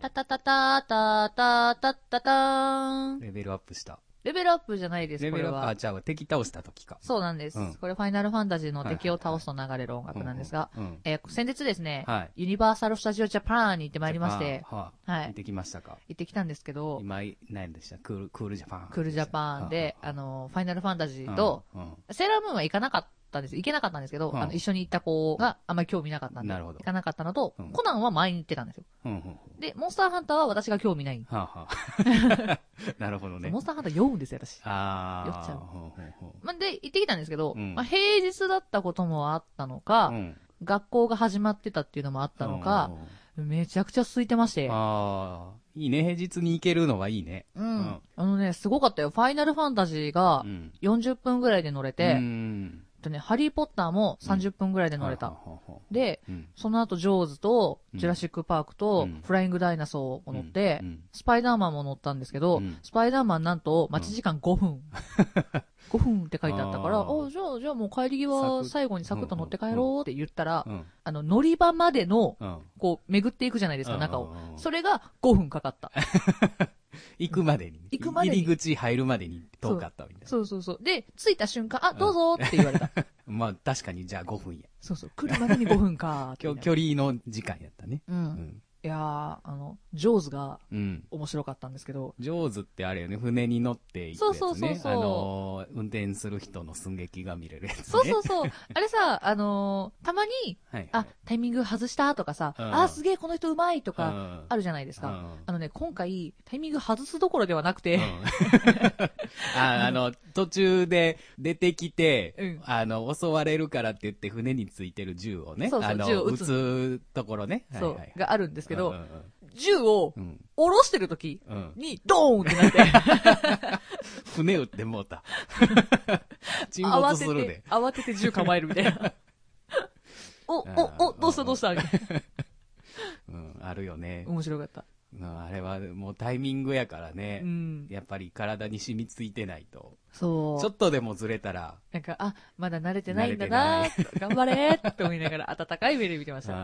たたたたたたたたーん。レベルアップした。レベルアップじゃないです、レこベれルアップ、はあ、。じゃあ敵倒した時か。そうなんです。うんこれファイナルファンタジーの敵を倒すと流れる音楽なんですが、うんうん。えー先日ですね、はいユニバーサル・スタジオ・ジャパンに行ってまいりまして、ははあ、い見、てきましたか。行ってきたんですけど、今、何でしたクール、クールジャパン。クールジャパンで、うんあの、ファイナルファンタジーと、、うんうんセーラームーンは行かなかったんです。行けなかったんですけど、うんあの、一緒に行った子があんまり興味なかったんで、なるほど行かなかったのと、うんコナンは前に行ってたんですよ。うんうんうん。で、モンスターハンターは私が興味ない。はあ、は あ、なるほどねモン。スターハンター酔うんですよ、私。ああ。酔っちゃうほうほうほまあ、で、行ってきたんですけど、うんまあ、平日だったこともあったのか、ううん。学校が始まってたっていうのもあったのか、うんめちゃくちゃ空いてまして、ああ、いいね。平日に行けるのはいいね。うん、うんあのね、すごかったよ。ファイナルファンタジーがうん。 40分ぐらいで乗れて、うん、あとね、ハリーポッターも30分ぐらいで乗れた。はあはあはあ、で、うん。その後、ジョーズと、ジュラシック・パークと、うんフライング・ダイナソーも乗って、うんうんスパイダーマンも乗ったんですけど、うんスパイダーマンなんと、待ち時間5分。5分って書いてあったから、あーあ、じゃあ、じゃあもう帰り際、サクッ最後にサクッと乗って帰ろうって言ったら、うん。あの、乗り場までの、うん。こう、巡っていくじゃないですか、うん中を。うんそれが5分かかった。行くまでに。行くまでに入り口入るまでに遠かったみたいな。そうそうそう。で、着いた瞬間、あ、どうぞって言われた。まあ確かにじゃあ5分や。そうそう、来るまでに5分かーって距言いなが距離の時間やったね。ら。う。うんん。いやー、あの、ジョーズがうん。面白かったんですけど、ジョーズってあれよね、船に乗って行くやつね。そうそうそうそうあのー運転する人の寸劇が見れるやつね。そうそうそう。あれさ、あのーたまに、はい、あ、タイミング外したとかさ、うんあー、すげえ、この人うまいとうん、か、あるるじゃないですか。うんあのね、今回、タイミング外すどころではなくて、うん ああの、途中で出てきて、うんあの、襲われるからって言って船についてる銃をね、そうそうあの銃を撃撃つつところね。 そう、はいはいがあるんですけど、うん銃をうんうん下ろしてる時うんうんに、ドーンって なって、船撃っても うた。沈慌没するてでて。、慌てて銃構えるみたい な。お、うんお、お、どうしたどうしたみたいなうん、あるよね、面白かった。うんあれはもうタイミングやからね。うん。やっぱり体に染みついてないと。そちょう。っとでもずれたら、なんか、あ、まだ慣れてないんだな頑張れって思いながら、温かい目で見てました。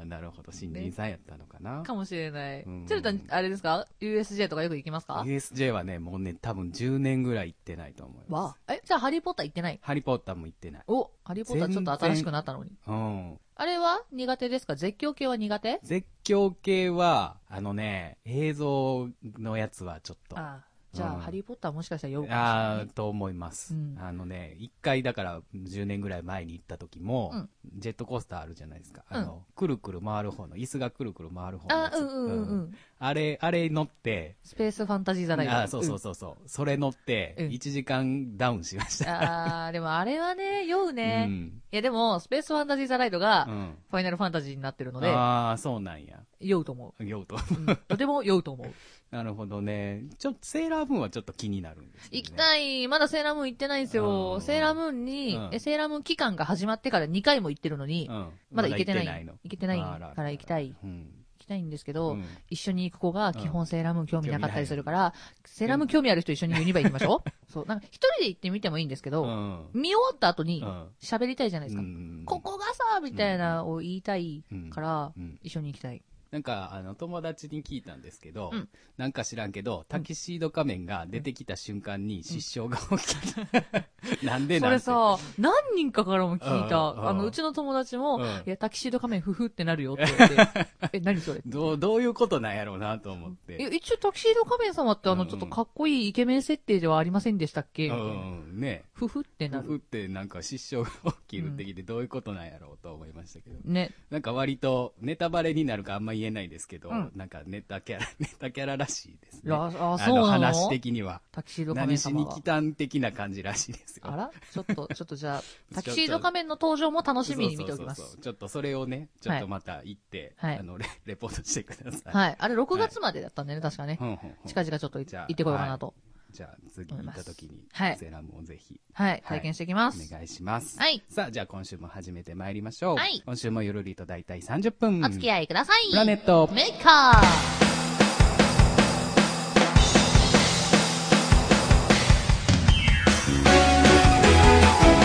あーなるほど、新人さんやったのかな。かもしれないうん。チェルタン、あれですか ?USJ とかよく行きますか USJ はね、もうね、多分10年ぐらい行ってないと思いますわ。あえ、じゃあハリーポッター行ってないハリーポッターも行ってない。お、ハリーポッターちょっと新しくなったのに。うん。あれは苦手ですか絶叫系は苦手絶叫系は、あのね、映像のやつはちょっと、ああじゃうあ、んハリーポッターもしかしたら読むかあーと思います。うんあのね、一回だから10年ぐらい前に行った時も、うんジェットコースターあるじゃないですか。あの、くるくる回る方の、椅子がくるくる回る方もしれない。あ、うのやつんうんうんうん。あれ、あれ乗って、スペースファンタジーザライド。あーそうそううそうそう、それ乗って、うん1時間ダウンしましん。た。ああ、でもあれはね、酔ううね。ん。いやでも、スペースファンタジーザライドうが、ん。ファイナルファンタジーになってるので、ああ、そうなんや。酔うと思用途。う。うんとても酔うと思う。 なるほどね。ちょっと、セーラームーンはちょっと気になるんですけどね、行きたい。まだセーラームーン行ってないんですうよ。んセーラームーンに、うんえセーラームーン期間が始まってから2回も行ってるのに、うん。まだ行けてない。まだ行けてないあらから行きたい。行うん。きたいんですけうど、ん一緒に行く子が基本セーラームーン興味なかったりするから、セーラームー興味なン興味あいる人一緒にユニバ行きましょう。そう。なんか一人で行ってみてもいいんですけうど、ん。見終わった後にうん喋りたいじゃないですか。うんここがさ、みたいなを言いたいから、うん一緒に行きたい。なんか、あの、友達に聞いたんですけど、うんなんか知らんけど、タキシード仮面が出てきた瞬間に失笑が起きた。 なんでそなんれて。さ、何人かからも聞いた。うんうんあの、うちの友達も、うんいや、タキシード仮面ふふってなるよって言わ れて、え、何それどう、どういうことなんやろうなと思っいやて。一応タキシード仮面様ってあうの、んちょっとかっこいいイケメン設定ではありませんでしたっけうみんたいなうん、ねふふってなふふっる。てなんか失笑が起きるってきてどういうことなんやろうと思いましたけど。ね。なんか割とネタバレになるかあんま言えないですけど、うんなんかネタキャラ、 ネタキャラらしいですね。あ、ああそうなの話的には。タキシード仮何面し様にが来。たん的な感じらしいですよ。あらちょっ と、ちょっとじゃあ、タキシード仮面の登場も楽しみに見ておきますそうそう。そうそうちょっとそれをね、ちょっとまた行って、はいあのレ、 レポートしてください。はい。あれ、6月までだったんだよね、確かねほ。んほんほん近々ちょっといじゃあ行ってこようかなと。じゃあ次行った時に、はいセーラームーンをぜひはい。体験してきまおす。願いします。はいさあ、じゃあ今週も始めてまいりましょう。はい今週もゆるりと大体30分。お付き合いください。プラネットメーカー「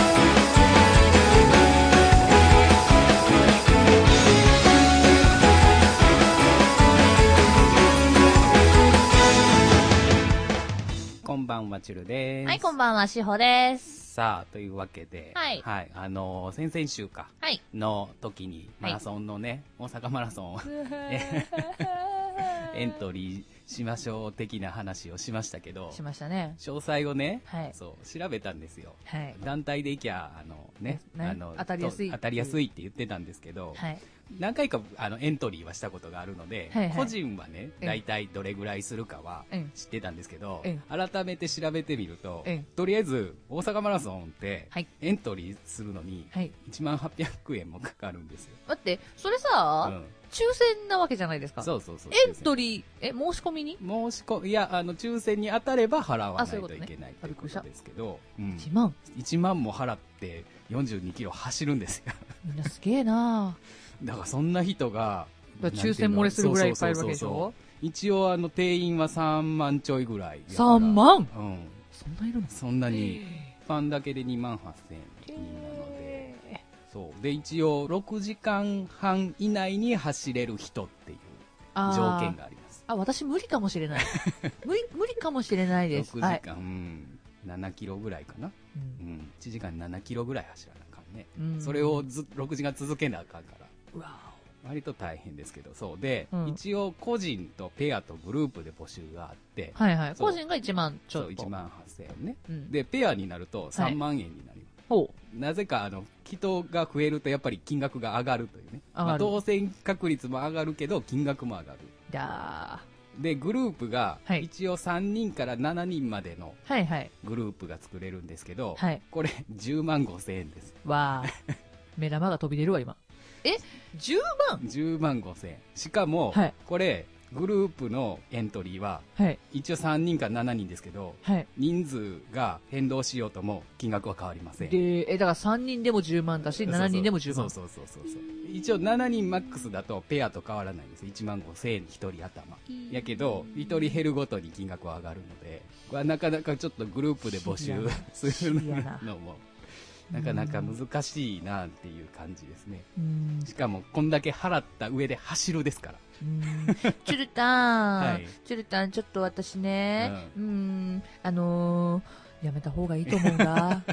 んはちゅるです。はい、こんばんは、しほです。さあ、というわけで、はいあのー先々週か、 はい。の時に、マラソンのね、大阪マラソンをエントリーしましょう的な話をしましたけど、しましたね。詳細をね、はいそう、調べたんですよ。はい。団体でいきゃ、あのね、ねあの当たりやすいっていう当たりやすいって言ってたんですけど、はい。何回かあのエントリーはしたことがあるので、はいはい個人はね、うん大体どれぐらいするかはうん知ってたんですけど、うん改めて調べてみると、うんとりあえず大阪マラソンって、はいエントリーするのにはい。 1万800円もかかるんですよ。待って、それさ、うん抽選なわけじゃないですか。そうそうそう。エントリーリー、え、申し込みに申し込み、いや、あの、抽選に当たれば払わあなそういういことといねけないあといびっうくこりしたとですけど、うん、 ?1 万。 1万も払って42キロ走るんですよ。みんなすげえなだからそんな人が、だから抽選漏れするぐらいいっぱいいるわけでしそうそうそうそうょ一応あの定員は3万ちょいぐらいやから ?3 万うんそんないるのそんなにファンだけで2万8000人なのでそうで一応6時間半以内に走れる人っていう条あー件がありますあ、私無理かもしれ ない。無理、無理かもしれないで6す。時間、はい。うん7キロぐらいかな、ううんん、1時間7キロぐらい走らなあかんね、うんそれをず6時間続けなあかんからうわ割と大変ですけどそうで、うん一応個人とペアとグループで募集があって、おはいはい。そう個人が1万ちそょうっと。 1万8000円ねうん。でペアになると3万円になります、ほう。なぜかあの人が増えるとやっぱり金額が上がるというね、上がるまあ当選確率も上がるけど金額も上がるだでグループがはい一応3人から7人までのーはいはい。グループが作れるんですけど、はいこれ10万5千円ですわあ。 目玉が飛び出るわ、今。え ?10 万10万5千円しかも、はいこれグループのエントリーははい。一応3人から7人ですけどはい。人数が変動しようとも金額は変わりませんで、え、だから3人でも10万だし、7人でも10万。そうそうそうそうそう一応7人マックスだとペアと変わらないんです1万5000円1人頭やけど1人減るごとに金額は上がるのでこれはなかなかちょっとグループで募シビアな集するシビアなのもなかなか難しいなっていう感じですねうーん。しかもこんだけ払った上で走るですからうーんチュルタはンい、チュルタン、ちょっと私ね、うーん、あのー、やめた方がいいと思うん だ。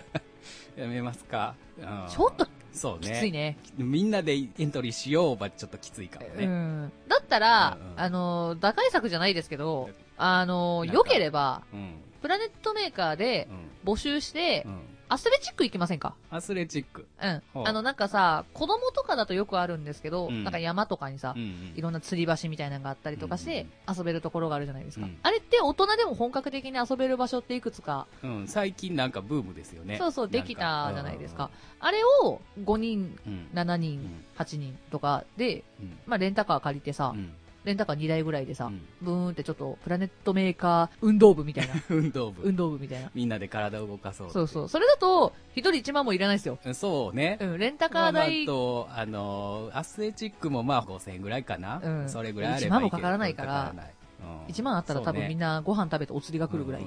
やめますか、うんちょっとそうきねついね。みんなでエントリーしようはちょっときついかもね、うん。だったら、うんうんあのー、打開策じゃないですけど、あのー、なん良かければ、うんプラネットメーカーでう募集して、んうんアスレチック行きませんかアスレチック、うん。ほうあの、なんかさ、子供とかだとよくあるんですけど、うんなんか山とかにさ、うんうんいろんな吊り橋みたいなのがあったりとかしうてん、遊べるところがあるじゃないですか。うんあれって大人でも本格的に遊べる場所っていくつか、うん、最近なんかブームですよね。そうそう、なでんかきたじゃないですか。。あれを5人、うん。 7うん。人、8人とかで、うんまあ、レンタカー借りてさう、んレンタカー2台ぐらいでさ、うんブーンってちょっとプラネットメーカー運動部み たいな。運動部。運動部みたいな。みんなで体を動かそう。そうそう。それだと、一人一万もいらないですよ。うん。そうね。うん、レンタカーまあま代、あと、あのーアスレチックもまあ5000円ぐらいかな。うんそれぐらいあればい1万もいけど。かからないからかないうん一万あったら多分みんななご飯食べてお釣りが来るぐらい。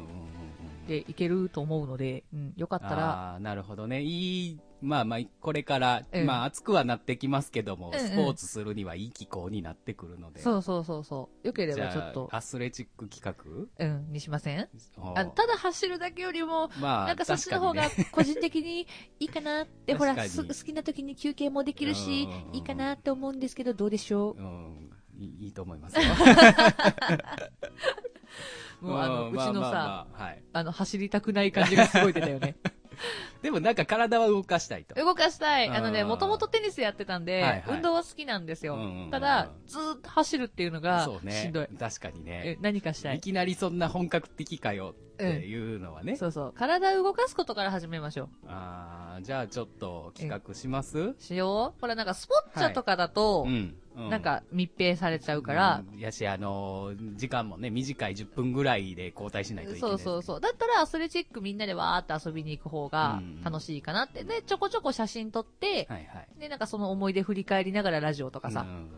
で、で、いけると思うので、うん、よかったら、あーなるほどね。いい、まあまあ、これから、うんまあ暑くはなってきますけどうも、んうんスポーツするにはいい気候になってくるので。そうそうそうそう。よけれじばゃちょっとあ、、アスレチック企画うん、にしませんほうあただ走るだけよりも、まあ、なんかそっちの方確かにねが個人的にいいかな って、ほ確かにら、す好きな時に休憩もできるしうんうんうん、いいかなって思うんですけど、どうでしょうん、いいいいと思 いますよ。うもうあの、うんちのさ、まあまあまあはい。あの、走りたくない感じがすごい出たよ ね。でもなんか体は動かしたいと。動かしたい。うんあのね、もともとテニスやってたんで、はいはい運動は好きなんですよ。うんうんうんただ、ずーっと走るっていうのがそう、ね。しんどい。確かにえね。何かしたいい。きなりそんな本格的かよっていうのはね。そうそう。体を動かすことから始めましょあーじゃあちょっと企画しますう。しよう。ほら、なんかスポッチャとかだと、ん。なんか密閉されちゃううから、、やし、あのー時間もね、短い10分ぐらいで交代しないといけない。そうそうそう。だったらアスレチックみんなでわーって遊びに行く方がうん楽しいかなって。で、ちょこちょこ写真撮って、はいはい。で、なんかその思い出振り返りながらラジオとかさ。うん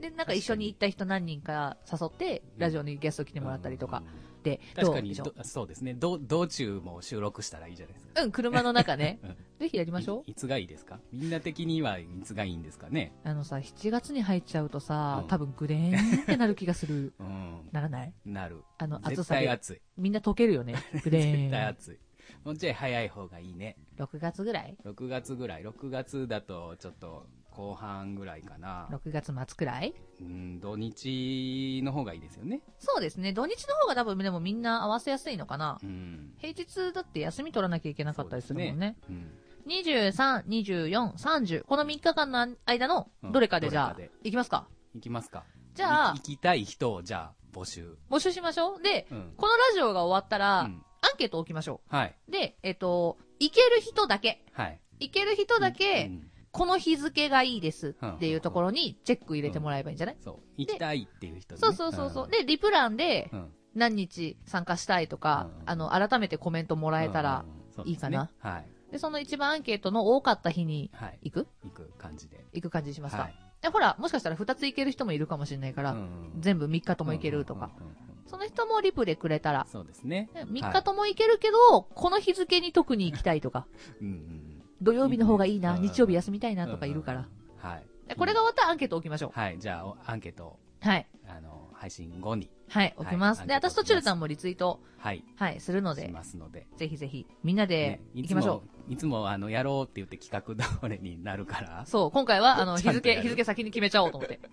で、なんか一緒に行った人何人か誘って、ラジオにゲスト来てもらったりとかうん。で、確かどうでにしょうど、そうですね。ど道中も収録したらいいじゃないですか。。うん、車の中ね うんぜひやりましょいいつがいいですかみんな的にはいつがいいんですかねう。あのさ、7月に入っちゃうとさ、うん。多分グレーンってなる気がするうん。ならないなる。あの、暑絶さ対で。暑い。みんな溶けるよね。グレー 絶ン。対暑い。もうちょい早い方がいいね。 6月ぐらい6月ぐらい。6月だと、ちょっと、後半ぐらいかな。 ?6 月末くらいうん、土日の方がいいですよね。そうですね。土日の方が多分でもみんな合わせやすいのかな。うん。平日だって休み取らなきゃいけなかったりするもんね。うん。 23、24、30。この3日間の間のどれかでじゃあうんどれか、いきますか。行きますか。じゃあい行きたい人を、じゃあ、募集。募集しましょう。で、うん。このラジオが終わったら、アうンんケートを置きましょはい。う。で、えっと、行ける人だけ、はい。行ける人だけ、うんこの日付がいいですっていうところにチェック入れてもらえばいいんじゃない、そう。行きたいっていう人ねそうそうそうそう。んで、リプランでうん。何日参加したいとか、うんあの、改めてコメントもらえたらう、んうんうんそういいですかねなはい。で、その一番アンケートの多かった日にはい。行く行く感じで。行く感じにしますか、はいで、ほら、もしかしたら2つ行ける人もいるかもしれないから、うん全部3日とも行けるとか、うんうんうんうん。その人もリプでくれたら、そうですね。 3はい日とも行けるけど、この日付に特に行きたいとか、うんうん土曜日の方がいいな、うん日曜日休みたいうんなとかいるから。。はい。でこれが終わったらアンケート置きましょはい、じゃあ、おアンケートを、う。はい。あの、配信後に、はい、置きます。はいで、アンケー私トとチュルタンもリツイート、はい、はい、するのしで、ますので。ぜひぜひ、みんなでね行きましょう。いつも、いつもあの、やろうって言って企画倒れになるから、 そう、今回は、あの、ちゃ日んと付、やる日付先に決めちゃおうと思って。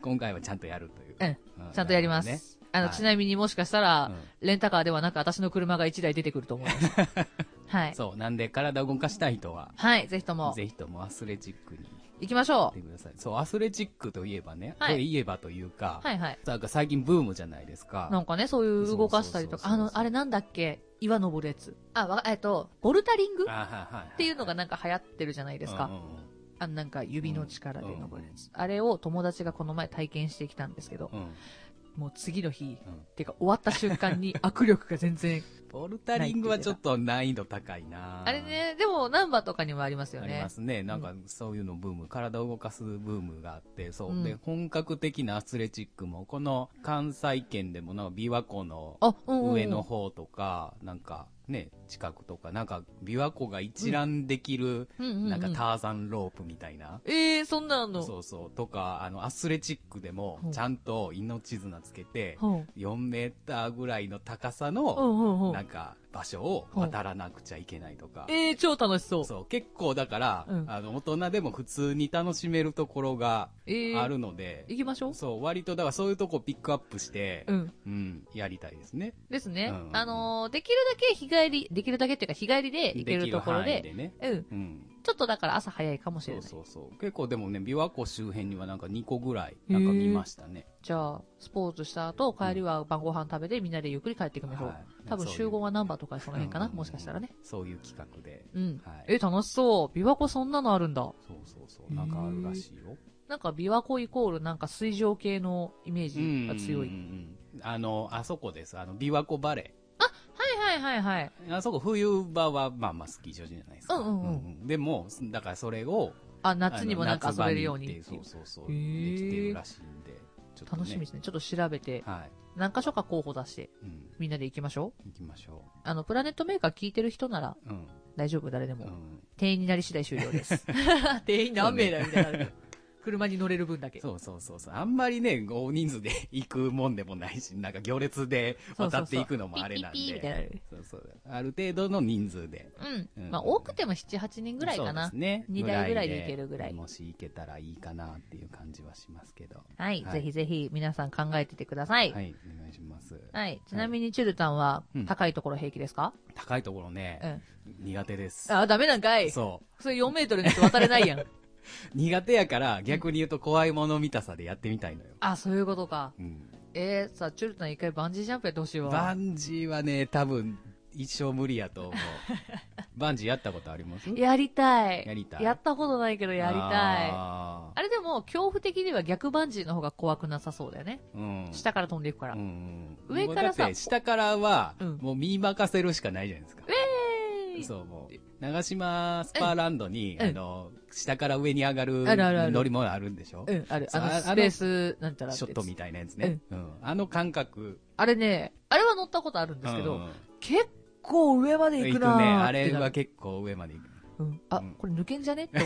今回はちゃんとやるという。うん、ちゃんとやりまねす。あの、はいちなみにもしかしたら、うんレンタカーではなく私の車が1台出てくると思います。 はい。そう、なんで体を動かしたい人は、はい、ぜひとも、ぜひともアスレチックに行きましょ行ってください。そう、アスレチックといえばね、はいこれ言えばというか、う。はいはい。なんか最近ブームじゃないですか。なんかね、そういう動かしたりとか、あそうそうそうそうの、あれなんだっけ岩登るやつ。あ、わか、えっと、ボルタリングっあはいはいはいていうのがなんか流行ってるじゃないですかうん。うんうんあの、なんか指の力で登るやつ。あれを友達がこの前体験してきたんですけど、うんもう次の日、うんてか終わった瞬間に 握力が全然。ボルタリングはちょっと難易度高いなあれね、でもナンバーとかにもありますよありねま。すね。なんか、そういうのブーム、体を動かすブームがあって、そう。うんで、本格的なアスレチックも、この関西圏でも、なんか、琵琶湖のあ、うんうんうん上の方とか、なんか、ね、近くとか、なんか、琵琶湖が一覧できる、うんうんうんなんか、ターザンロープみたいな。えー、そんなのあんのそうそう。とか、あの、アスレチックでもう、んちゃんと命綱つけて、ほう4メーターぐらいの高さほうの、ほうほうなんか、場所を渡らなくちゃいけないとか。えー、超楽しそう。そう、結構だから、うんあの、大人でも普通に楽しめるところがえー、あるので、行きましょう。そう、割とだからそういうとこピックアップして、う、うんん。やりたいですね。ですね。うんうんあのーできるだけ日帰り、できるだけっていうか日帰りで行けるところきる範で、囲でね。うん。うん。ちょっとだから朝早いかもしそれなうい。そうそう。結構でもね、琵琶湖周辺にはなんか2個ぐらい、へーなんか見ましたね。じゃあ、スポーツした後、帰りは晩ご飯食べてみんなでゆっくり帰っていきましょう。はい多分集合はナンバーとかそこの辺かな、もしかしたらね。。そういう企画で。うん。はいえ、楽しそう。琵琶湖そんなのあるんだ。そうそうそう。なんかあるらしいよ。なんか琵琶湖イコールなんか水上系のイメージが強い。うんうんうんあの、あそこです。あの、琵琶湖バレー。はいはいはいはい。あそこ冬場はまあまあスキー場じゃないですか。うんうんうんでも、だからそれをあ、夏にもなんか遊べるようあにの夏場ってそうそうそう。へーできてるらしいんで。ちょっとね楽しみですね。ちょっと調べて、はい。何箇所か候補出して、うん。みんなで行きましょう。行きましょあの、プラネットメーカー聞いてる人ならう。うん。大丈夫、誰でも。うん。定員になり次第終了 です。定員何名だよ、みたいになる。車に乗れる分だけ。そうそうそうそう。あんまりね、大人数で 行くもんでもないし、なんか行列でそうそうそう渡っていくのもあれなんで。ピッピッピッみたいになるそうそう。ある程度の人数で。ううんん。まあ、多くても7、8人ぐらいかなそうです。ね。二台ぐらいで行けるぐらいもし行けたらいいかなっていう感じはしますけど。はいは。ぜいひぜひ、皆さん考えててくださいは。い、お願いします。はい。ちなみに、チュルタンはうん、高いところ平気ですか高いところうね、ん。苦手です。あ、ダメなんかい。そそう。れ4メートルのやつ渡れないや ん。苦手やから逆に言うと怖いもの見たさでやってみたいのよ。あ、そういうことか。うん。えー、さ、チュルタン一回バンジージャンプやってほしいバわ。ンジーはね、多分一生無理や と思う。バンジーやったことありますやりたい。やりたいやったことないけど、やりたい。ああれでも、恐怖的には逆バンジーの方が怖くなさそうだよね。ーうん。下から飛んでいくから。うウェんうん。上からさもうだって下からはうん、もう見任せるしかないじゃないですか。ーイそう、もう。長島スパーランドに、うんあの、下から上に上がるあるあるある乗り物あるんでしょうん、ある。そあうあの、あのスペース、なんちゃらってシやつョットみたいなやつね。うん。あの感覚。あれね、あれは乗ったことあるんですけど、うんうん結構上まで行行くくね。なーあってれなはる結構上まで行く。うん、あ、うんこれ抜けんじゃ ねって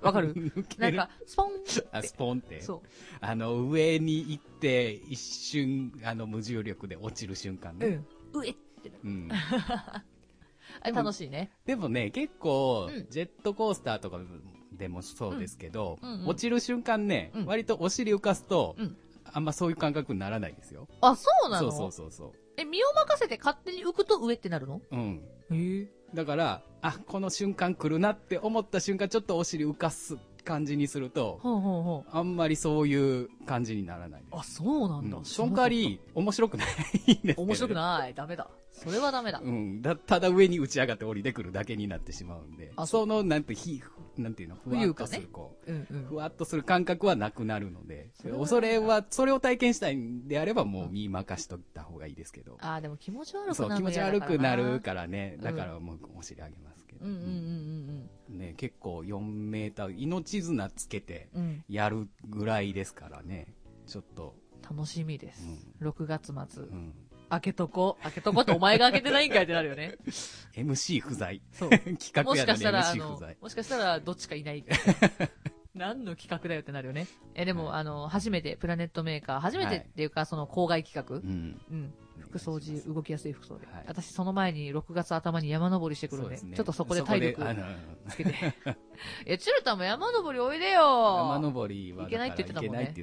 わかるなんか、スポンあスポンってそあの上に行って一瞬あの無重力で落ちる瞬間う。うね、ん。うえっうんあれ楽しいね。でもね結構、うんジェットコースターとかでもそうですけど、うんうんうん落ちる瞬間ね、うん割とお尻浮かすと、うんあんまそういう感覚にならないですよあ、そうなそのうそうそうそえ、身を任せて勝手に浮くと上ってなるのううんへえ。だからあこの瞬間来るなって思った瞬間ちょっとお尻浮かす感じにするとほうほうほう。あんまりそういう感じにならないですあ、そうなんだう。ん、その代わり面白くないんですけどね面白くない。ダメだ。それはダメだ。うん、だただ上に打ち上がって降りてくるだけになってしまうんであそのなんてひなんていうのふわっとす浮遊るこううんうんふ。わっとする感覚はなくなるのでそれはそれはそれを体験したいんであればもう身任しとった方がいいですけど、あー、でも気持ち悪くそなるうの気持ち悪くなるからねうんだからもうお尻上げますけど、嫌だからな。うんうんうんね、結構4メーター命綱つけてうんうん。やるぐらいですからねちょっと、うん。楽しみです。6月末う。ん、開けとこ。開けとこってお前が開けてないんかいってなるよ ね。 MC 不在 そう。企画もしやのかにしたら、あ MC 不の在、もしかしたら、どっちかいない。 何の企画だよってなるよね。え、でも、あの、初めて、プラネットメーカー、初めてっていうか、その、郊外企画う。んうん。服装時、動きやすい服装ではい。私、その前に6月頭に山登りしてくるそんうで、ですちねょっとそこで体力そこであのつけて。え、チュルタも山登りおいでよ山登りはいだからけないって言ってたもんね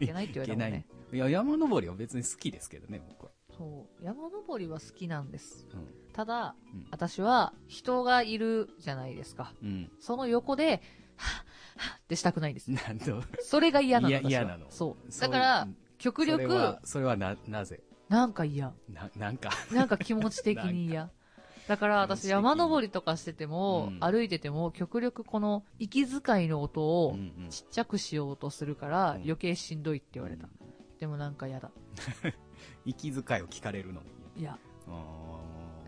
いけないって言っていけないって言われたもいけなんいね。いや山登りは別に好きですけどね僕は、そう。山登りは好きなんです。うんただうん、私は、人がいるじゃないですか。うん、その横で、はっ、はっってしたくないんです。なん とそれが嫌なの。いや私は嫌なのそう。そだういうから、極それ力は、それはななぜなんか嫌。ななんかなんか気持ち的に 嫌。だから気持ち的私に山登りとかしてても、うん歩いてても、極力この息遣いの音うをんうんちっちゃくしようとするから、うん余計しんどいって言われた。うんでもなんか嫌だ。息遣いを聞かれるのもいや、あー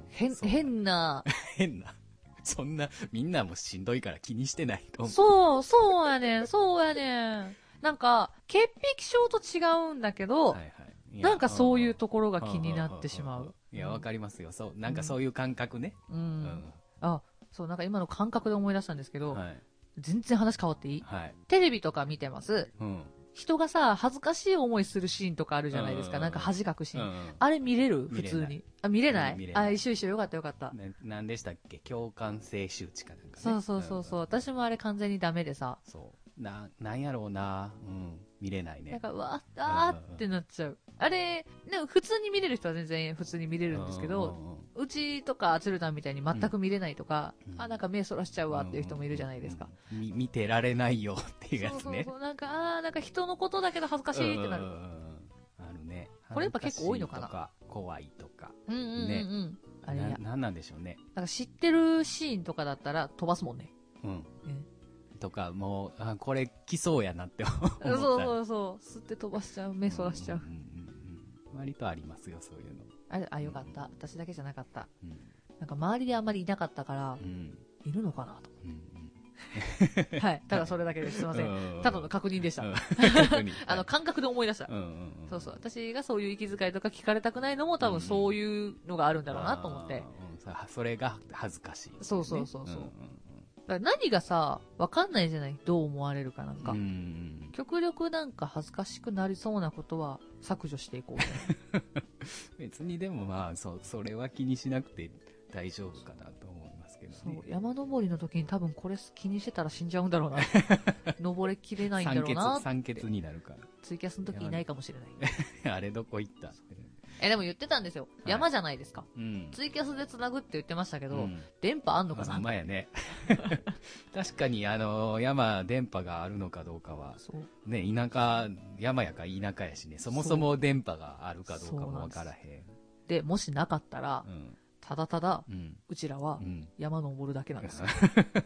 変、そう変な、変な そんなみんなもしんどいから気にしてないと思うそう、そうやねん、そうやねん。なんか、潔癖症と違うんだけど、はいはいいやなんかそういううんところが気になってしまんんん。うんいやわかりますよそうなんかそういう感覚ね、うん。うんあ、そう、なんか今の感覚で思い出したんですけど、はい全然話変わっていいはいテレビとか見てますうん人がさ、恥ずかしい思いするシーンとかあるじゃないですうか。んなんか恥かくシうーン。んあれ見れる見普れない通に。あ、見れないうん見れないあ、一緒一緒。よかったよかった。ななんでしたっけ共感性周知かなんか、ね、そうそうそうそう。ん私もあれ完全にダメでさ。そうななんやろうな、うん、見れないなんねか、うわあーってなっちゃう。あれ、なんか普通に見れる人は全然普通に見れるんですけうど、んうんうんうちとかアツルタンみたいに全く見れないとか、うんあ、なんか目そらしちゃうわっていう人もいるじゃないですか。うんうんうんみ見てられないよっていうやそうつそうねそう。なんか、あーなんか人のことだけど恥ずかしいってなうんうる。んうんうんあるねこれやっぱ結構多いのかな恥ずしと怖いとかうんうんうんうん。あれやな。なんなんでしょうねなんか知ってるシーンとかだったら飛ばすもんね。うんうんとかもうあこれ来そうやなって思ったそうりそうそう。吸って飛ばしちゃう。目そらしちゃう。んんんうん割とありますよそういうのあれ、あ、よかった。私だけじゃなかった。うんなんか周りであんまりいなかったからう、んいるのかなとうんうん思って。はい。ただそれだけです。すいません。うんただの確認でしたう。ん あの、感覚で思い出したう。んうんうんそうそう。私がそういう息遣いとか聞かれたくないのも多分そういうのがあるんだろうなと思って。だあかー。うんさそれが恥ずかしい、そうそうそうそうんら何がさ、わかんないじゃないどう思われるかなんうんうんかうんう。ん極力なんか恥ずかしくなりそうなことは削除していこう。 別にでもまあそうそれは気にしなくて大丈夫かなと思いますけどねそう。山登りの時に多分これ気にしてたら死んじゃうんだろう な。登れきれないんだろうな酸欠。酸欠になるかツイキャスの時いないかもしれない。らあれどこ行ったえ、でも言ってたんですよ。い山じゃないですか。うんツイキャスで繋ぐって言ってましたけど、うん電波あんのかあなほんま やね確かにあの山電波があるのかどうかはそう。ね田舎山やか田舎やしねそもそも電波があるかどうかもわからへで、もしなかったらん、うんただただ、うんうちらはうん山登るだけなんですよ。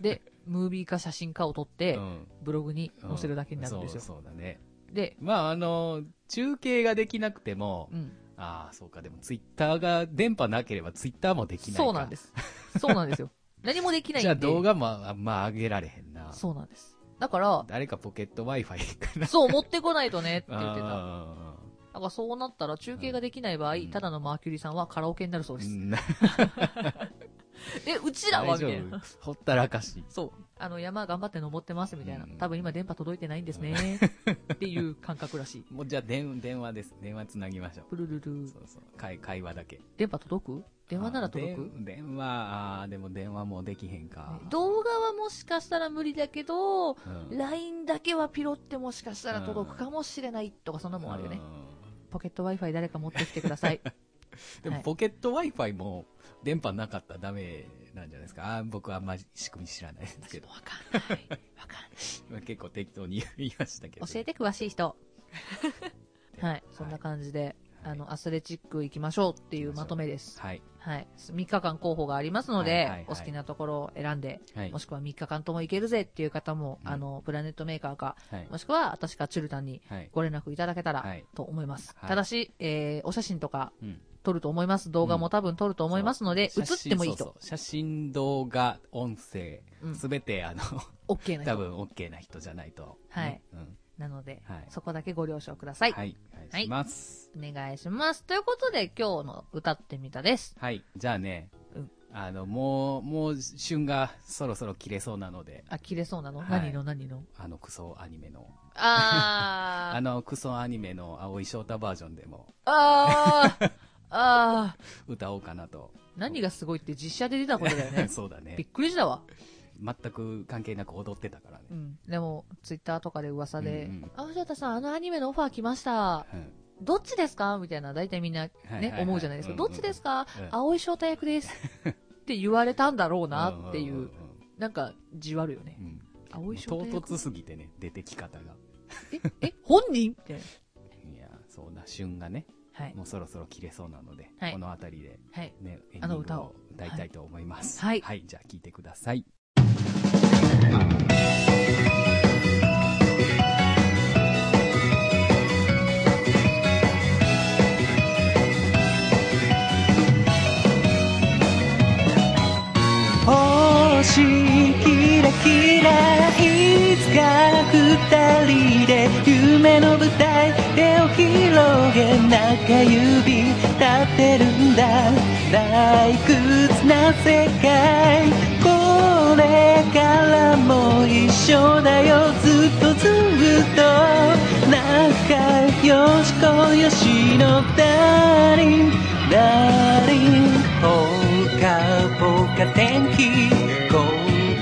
で、ムービーか写真かを撮ってう、んブログに載せるだけになるんですよ。そうそうだねで、まああの中継ができなくても、うん。ああそうかでもツイッターが電波なければツイッターもできないかそうなんですす。そうなん ですよ。何もできないんで。じゃあ動画もあまあ上げられへんなそうなんです。だから、誰かポケット Wi-Fi かなそう、持ってこないとねって言ってた。あだからそうなったら中継ができない場合う、んただのマーキュリーさんはカラオケになるそうーです。うんえ、うちらはみたいな。ほったらかし。そう。あの、山頑張って登ってますみたいな。うん多分今電波届いてないんですね。っていう感覚らしい。もうじゃあ電電話です。電話つなぎましょう。プルルルそ。うそう。会会話だけ。電波届く電話なら届くあで電話、あーでも電話もできへんか。動画はもしかしたら無理だけど、うん、 LINE だけはピロってもしかしたら届くかもしれないとか、そんなもんあるよね。ポケット Wi-Fi 誰か持ってきてくださ い。うんでもポケット Wi-Fi も電波なかったらダメなんじゃないですか。あー僕はあんまり仕組み知らないですけ私 ども。わかんない。わかんない。まあ結構適当に言いましたけど。教えて詳しい人。 はい。そんな感じで、あの、アスレチック行きましょうっていうまとめです。はい。はい。3日間候補がありますので、はいはいはいお好きなところを選んで、はいも。しくは3日間とも行けるぜっていう方も、うんあの、プラネットメーカーか、はい。もしくは私かチュルタンにはい。ご連絡いただけたらはいと思います。はいただし、えーお写真とかうん撮ると思います。動画も多分撮ると思いますので、そう写真映ってもいいそうと。そう写真、動画、音声う、んすべて、あの、 OK な多人。分 OK な人じゃないと。はいうん。うんなので、はいそこだけご了承ください。はい。お願いします。お願いします。ということで、今日の歌ってみたです。はい。じゃあねうん、あの、もう、もう、旬がそろそろ切れそうなので、あ、切れそうなの、はい何の何 のあの、クソアニメの、あー。あの、クソアニメの青井翔太バージョンでもあー。あー。歌おうかなと。何がすごいって実写で出たことだ よね。そうだびっね。くりしたわ。全く関係なく踊ってたからね。うん。でも、ツイッターとかで噂でうんうん、あ、翔太さん、あのアニメのオファー来ました。うんどっちですかみたいな、大体みんなはいはいねは、い思うじゃないですか。うんうどんっちですかうん青い翔太役です。って言われたんだろうなっていんんう、なんか、じわるよねう。ん青い翔唐太役突すぎてね、出てき方が。え、え、本人みたいな。いや、そうな、旬がね、はい。もうそろそろ切れそうなので、はいこの辺りで、はい。ね、エンディングあの歌を歌いたいと思います。はいはい、じゃあ聴いてください。星キラキラいつか二人で夢の舞台手を広げ中指立てるんだ退屈な世界これからも一緒だよずっとずっと仲良し恋よしのダーリンダーリンぽかぽか天気公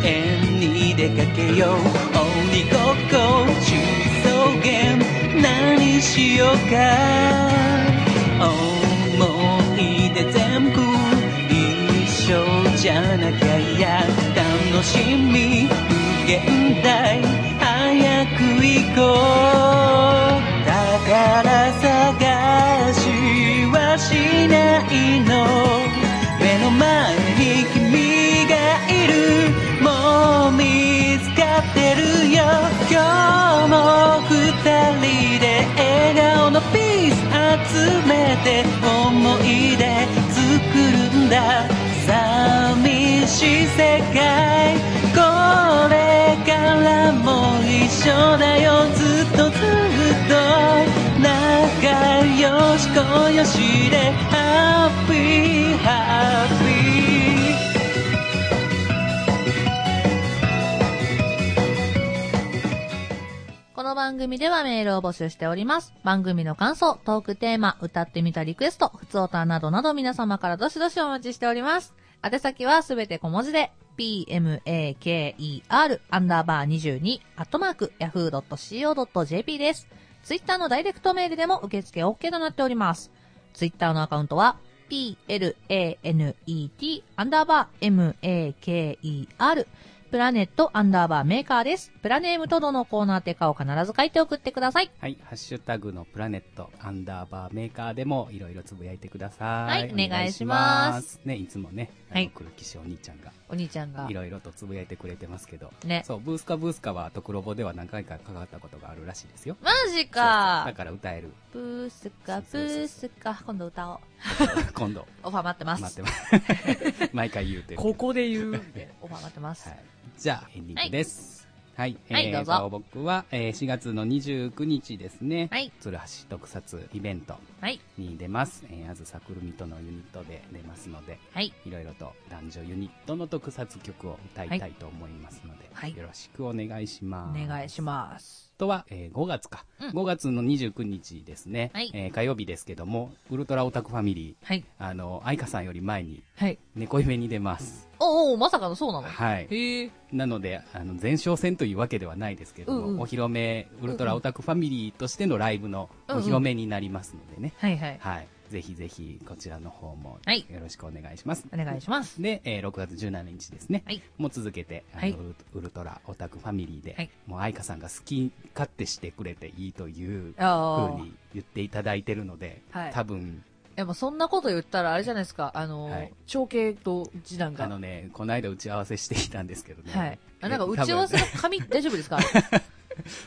園に出かけよう鬼ごっこ中草原何しようか思い出全部一緒じゃなきゃいや楽しみ無限大早く行こう宝探しはしないの目の前に君がいるもう見つかってるよ今日も二人で笑顔のピース集めて思い出作るんだ寂しい世界これからも一緒だよずっとずっと仲良し恋よしでハッピーハッピーこの番組ではメールを募集しております。番組の感想、トークテーマ、歌ってみたリクエスト、ふつおたなどなど皆様からどしどしお待ちしております。宛先はすべて小文字で、pmaker アンダーバー22、アットマーク、yahoo.co.jp です。ツイッターのダイレクトメールでも受付 OK となっております。ツイッターのアカウントは、planet アンダーバー maker プラネットアンダーバーメーカーです。プラネームとどのコーナーてかを必ず書いて送ってください。はい、ハッシュタグのプラネット、アンダーバーメーカーでもいろいろつぶやいてください。はいお願いしますお願いしす。ね、いつもね、あはのい黒騎士お兄ちゃんがお兄ちゃんがい。ろいろとつぶやいてくれてますけど、ね。そう、ブースカブースカはトクロボでは何回かかかったことがあるらしいですよ。マジそうそうだかから 歌える。ブースか、ブースか。今度歌おう。今度、オファー待ってます。待ってます。 毎回言うてる。ここで言う。オファー待ってます。はい、じゃあ、エンディングです。はい、はいえーどうぞバオ僕は、えー4月の29日ですね、はい鶴橋特撮イベントはい。に出ます、えー、あずさくるみとのユニットで出ますのではい。いろいろと男女ユニットの特撮曲を歌いたいと思いますので、はいよろしくお願いしおます。願いします。あとは、え5月か、うん5月の29日ですね、はいえー火曜日ですけども、ウルトラオタクファミリー、はい。あの、愛花さんより前に、はい。猫夢に出ます。おうおうまさかのそうなのはい。へえ。なので、あの、前哨戦というわけではないですけども、うんうんお披露目、ウルトラオタクファミリーとしてのライブのおうんうん披露目になりますのでね、はいはい。はい。ぜひぜひ、こちらの方も、はいよろしくお願いします。お願いします。で、えー6月17日ですね。はい。もう続けて、あのはいウルウルトラオタクファミリーで、はいもう愛花さんが好き勝手してくれていいというあ風あ。に言っていただいてるので、はい多分、でもそんなこと言ったらあれじゃないですか。あの、はい長兄と次男あが。のね、この間打ち合わせしてきたんですけどね。はい。あなんかえ打ち合わせ 多の紙大丈夫ですか分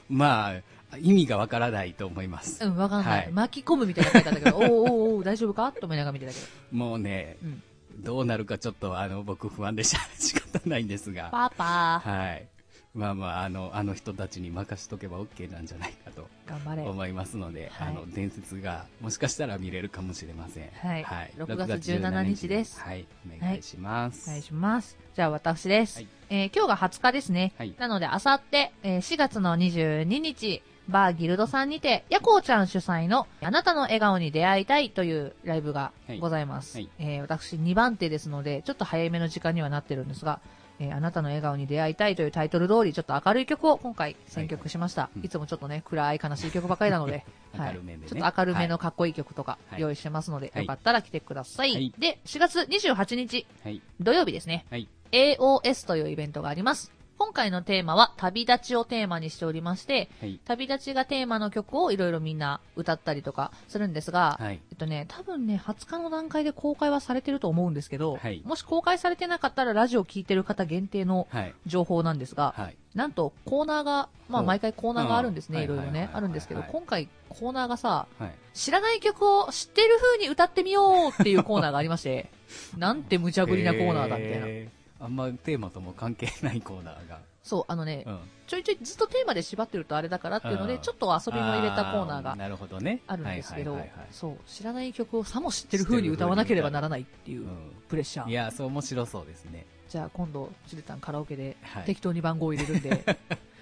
まあ、意味がわからないと思います。うん、わかんない。はい巻き込むみたいな書いてあったけど、おうおうおう大丈夫かと思いながら見てたけど。もうね、うんどうなるかちょっと、あの、僕不安でしゃ仕方ないんですが、パパはい。まあまあ、あの、あの人たちに任しとけば OK なんじゃないかと。頑張れ。思いますので、はいあの伝説がもしかしたら見れるかもしれません。はい6月17日ですはい、お願いします。お願いします。じゃあ私です。はいえー今日が20日ですね。はいなので、あさって、えー4月の22日、バーギルドさんにて、ヤコウちゃん主催の、あなたの笑顔に出会いたいというライブがございます。はいえー私2番手ですので、ちょっと早めの時間にはなってるんですが、えーあなたの笑顔に出会いたいというタイトル通り、ちょっと明るい曲を今回選曲しました。いいうんつもちょっとね、暗い悲しい曲ばかりなので、はい 明るめでねちょっと明るめのかっこいい曲とかはい用意してますので、はいよかったら来てください。はいで、4月28日、はい、土曜日ですね。はい、 AOS というイベントがあります。今回のテーマは旅立ちをテーマにしておりまして、はい、旅立ちがテーマの曲をいろいろみんな歌ったりとかするんですが、はい、えっとね、多分ね、20日の段階で公開はされてると思うんですけど、はいもし公開されてなかったらラジオ聞いてる方限定のはい、情報なんですが、はい、なんとコーナーが、まあほう毎回コーナーがあるんですうね、んいろいろはいはいねは。いあるんですけど、はい今回コーナーがさ、はい。知らない曲を知ってる風に歌ってみようっていうコーナーがありま して、なんて無茶ぶりなコーナーだみたいな。へーあんまテーマとも関係ないコーナーが。そう、あのねう、ん、ちょいちょいずっとテーマで縛ってるとあれだからっていうのうで、んちょっと遊びも入れたコーナーあがなるほどね。あるんですけはどいはいはいはい、そう、知らない曲をさも知ってる風に歌わなければならないっていうプレッシャうん、いー。や、そう面白そうですね。じゃあ今度、チルタンカラオケではい適当に番号入れるん で。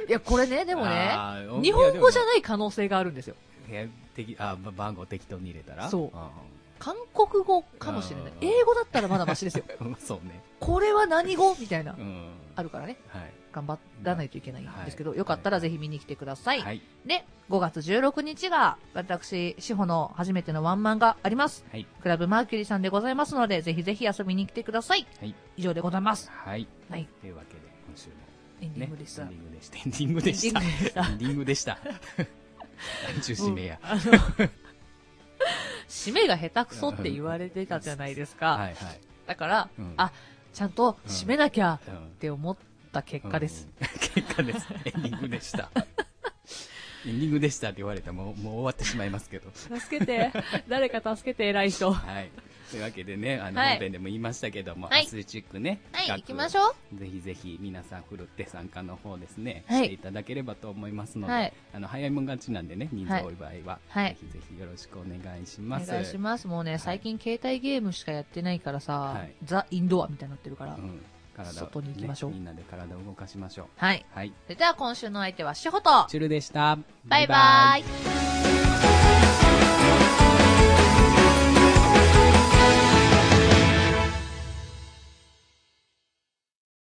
いや、これね、でもね、あーお日本語じゃいない可能性があるんですよ。やでもいや適あば番号適当に入れたらそうん韓国語かもしれない。うん英語だったらまだマシ ですよ。うんうんそうね。これは何語みたいなう。ん。あるからね。はい。頑張らないといけないんですけど、はいよかったらぜひ見に来てください。はい。で、5月16日が、私、志保の初めてのワンマンがあります。はい。クラブマーキュリーさんでございますので、ぜひぜひ遊びに来てください。はい。以上でございます。はい。はい。というわけで、今週も、エンディね、ングでした。エンディングでした。エンディングでした。エンディングでしたエンディングでした。大中指名や。あの、締めが下手くそって言われてたじゃないですか。はいはい。だから、うんあ、ちゃんと締めなきゃうんって思った結果です。。うん結果です。エンディング でした。エンディングでしたって言われたらもう、もう終わってしまいますけど。助けて、誰か助けて、偉い人。ははい。というわけでね、あの、はい本編でも言いましたけども、はいアスレチックね。い、行企き画ましょう。ぜひぜひ皆さんふるって参加の方ですね、はいしていただければと思いますので、はいあの早いもん勝ちなんでね人数多い場合は、はいぜひぜひよろしくお願いしおま願す。いします。もうね、い最近携帯ゲームしかやってないからさ、はいザ・インドアみたいになってるから。うん、体を外に行きましょうねみんなで体を動かしましょう。はい。はい、それでは今週の相手はしほと、チュルでした。バイバイ。